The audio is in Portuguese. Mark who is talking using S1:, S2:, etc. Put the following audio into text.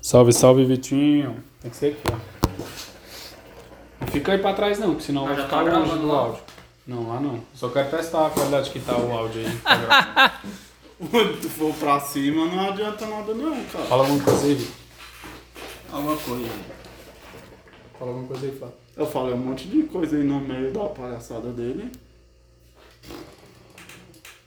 S1: Salve, salve, Vitinho. Tem que ser aqui, ó. Não fica aí pra trás não, porque senão
S2: Ah,
S1: vai
S2: já
S1: ficar
S2: tá
S1: longe
S2: gravando
S1: do
S2: lá?
S1: áudio. Não, lá não. Só quero testar a qualidade que tá o áudio aí. Tá gravando.
S3: Quando for pra cima não adianta nada não, cara.
S1: Fala alguma coisa aí, Vitor.
S3: Alguma coisa.
S1: Fala alguma coisa aí, Fábio.
S3: Eu falei um monte de coisa aí no meio da palhaçada dele.